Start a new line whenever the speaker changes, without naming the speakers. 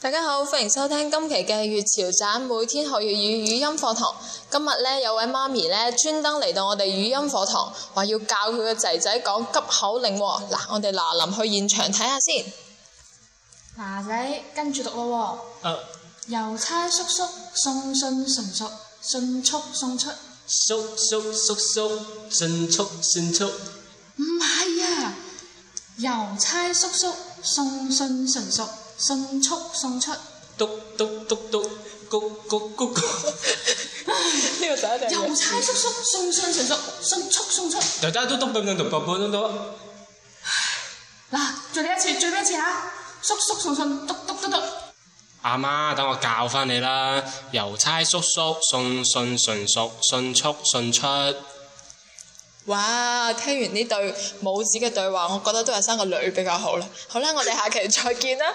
大家好，歡迎收聽今期嘅粵潮盞每天學粵語語音課堂。今日咧有位媽咪咧專登嚟到我哋語音課堂，話要教佢個仔仔講急口令喎、嗱，我哋嗱臨去現場睇下先。
嗱仔，跟住讀咯喎。
呃，
郵差叔叔送信迅速，迅速送出。
叔叔叔叔，迅速迅速，
唔係啊，郵差叔叔送信迅速，迅速送出。
嘟嘟嘟嘟，谷谷谷谷。
呢個仔一定
郵差叔叔送信迅速，迅速送出。
大家都咚咚咚咚咚咚咚咚。
嗱，再嚟一次，再嚟一次嚇。叔叔送信，篤篤篤篤。
阿媽，等我教翻你啦。郵差叔叔送信迅速，迅速迅出。
哇！聽完呢對母子嘅對話，我覺得都係生個女比較好啦。好啦，我哋下期再見啦。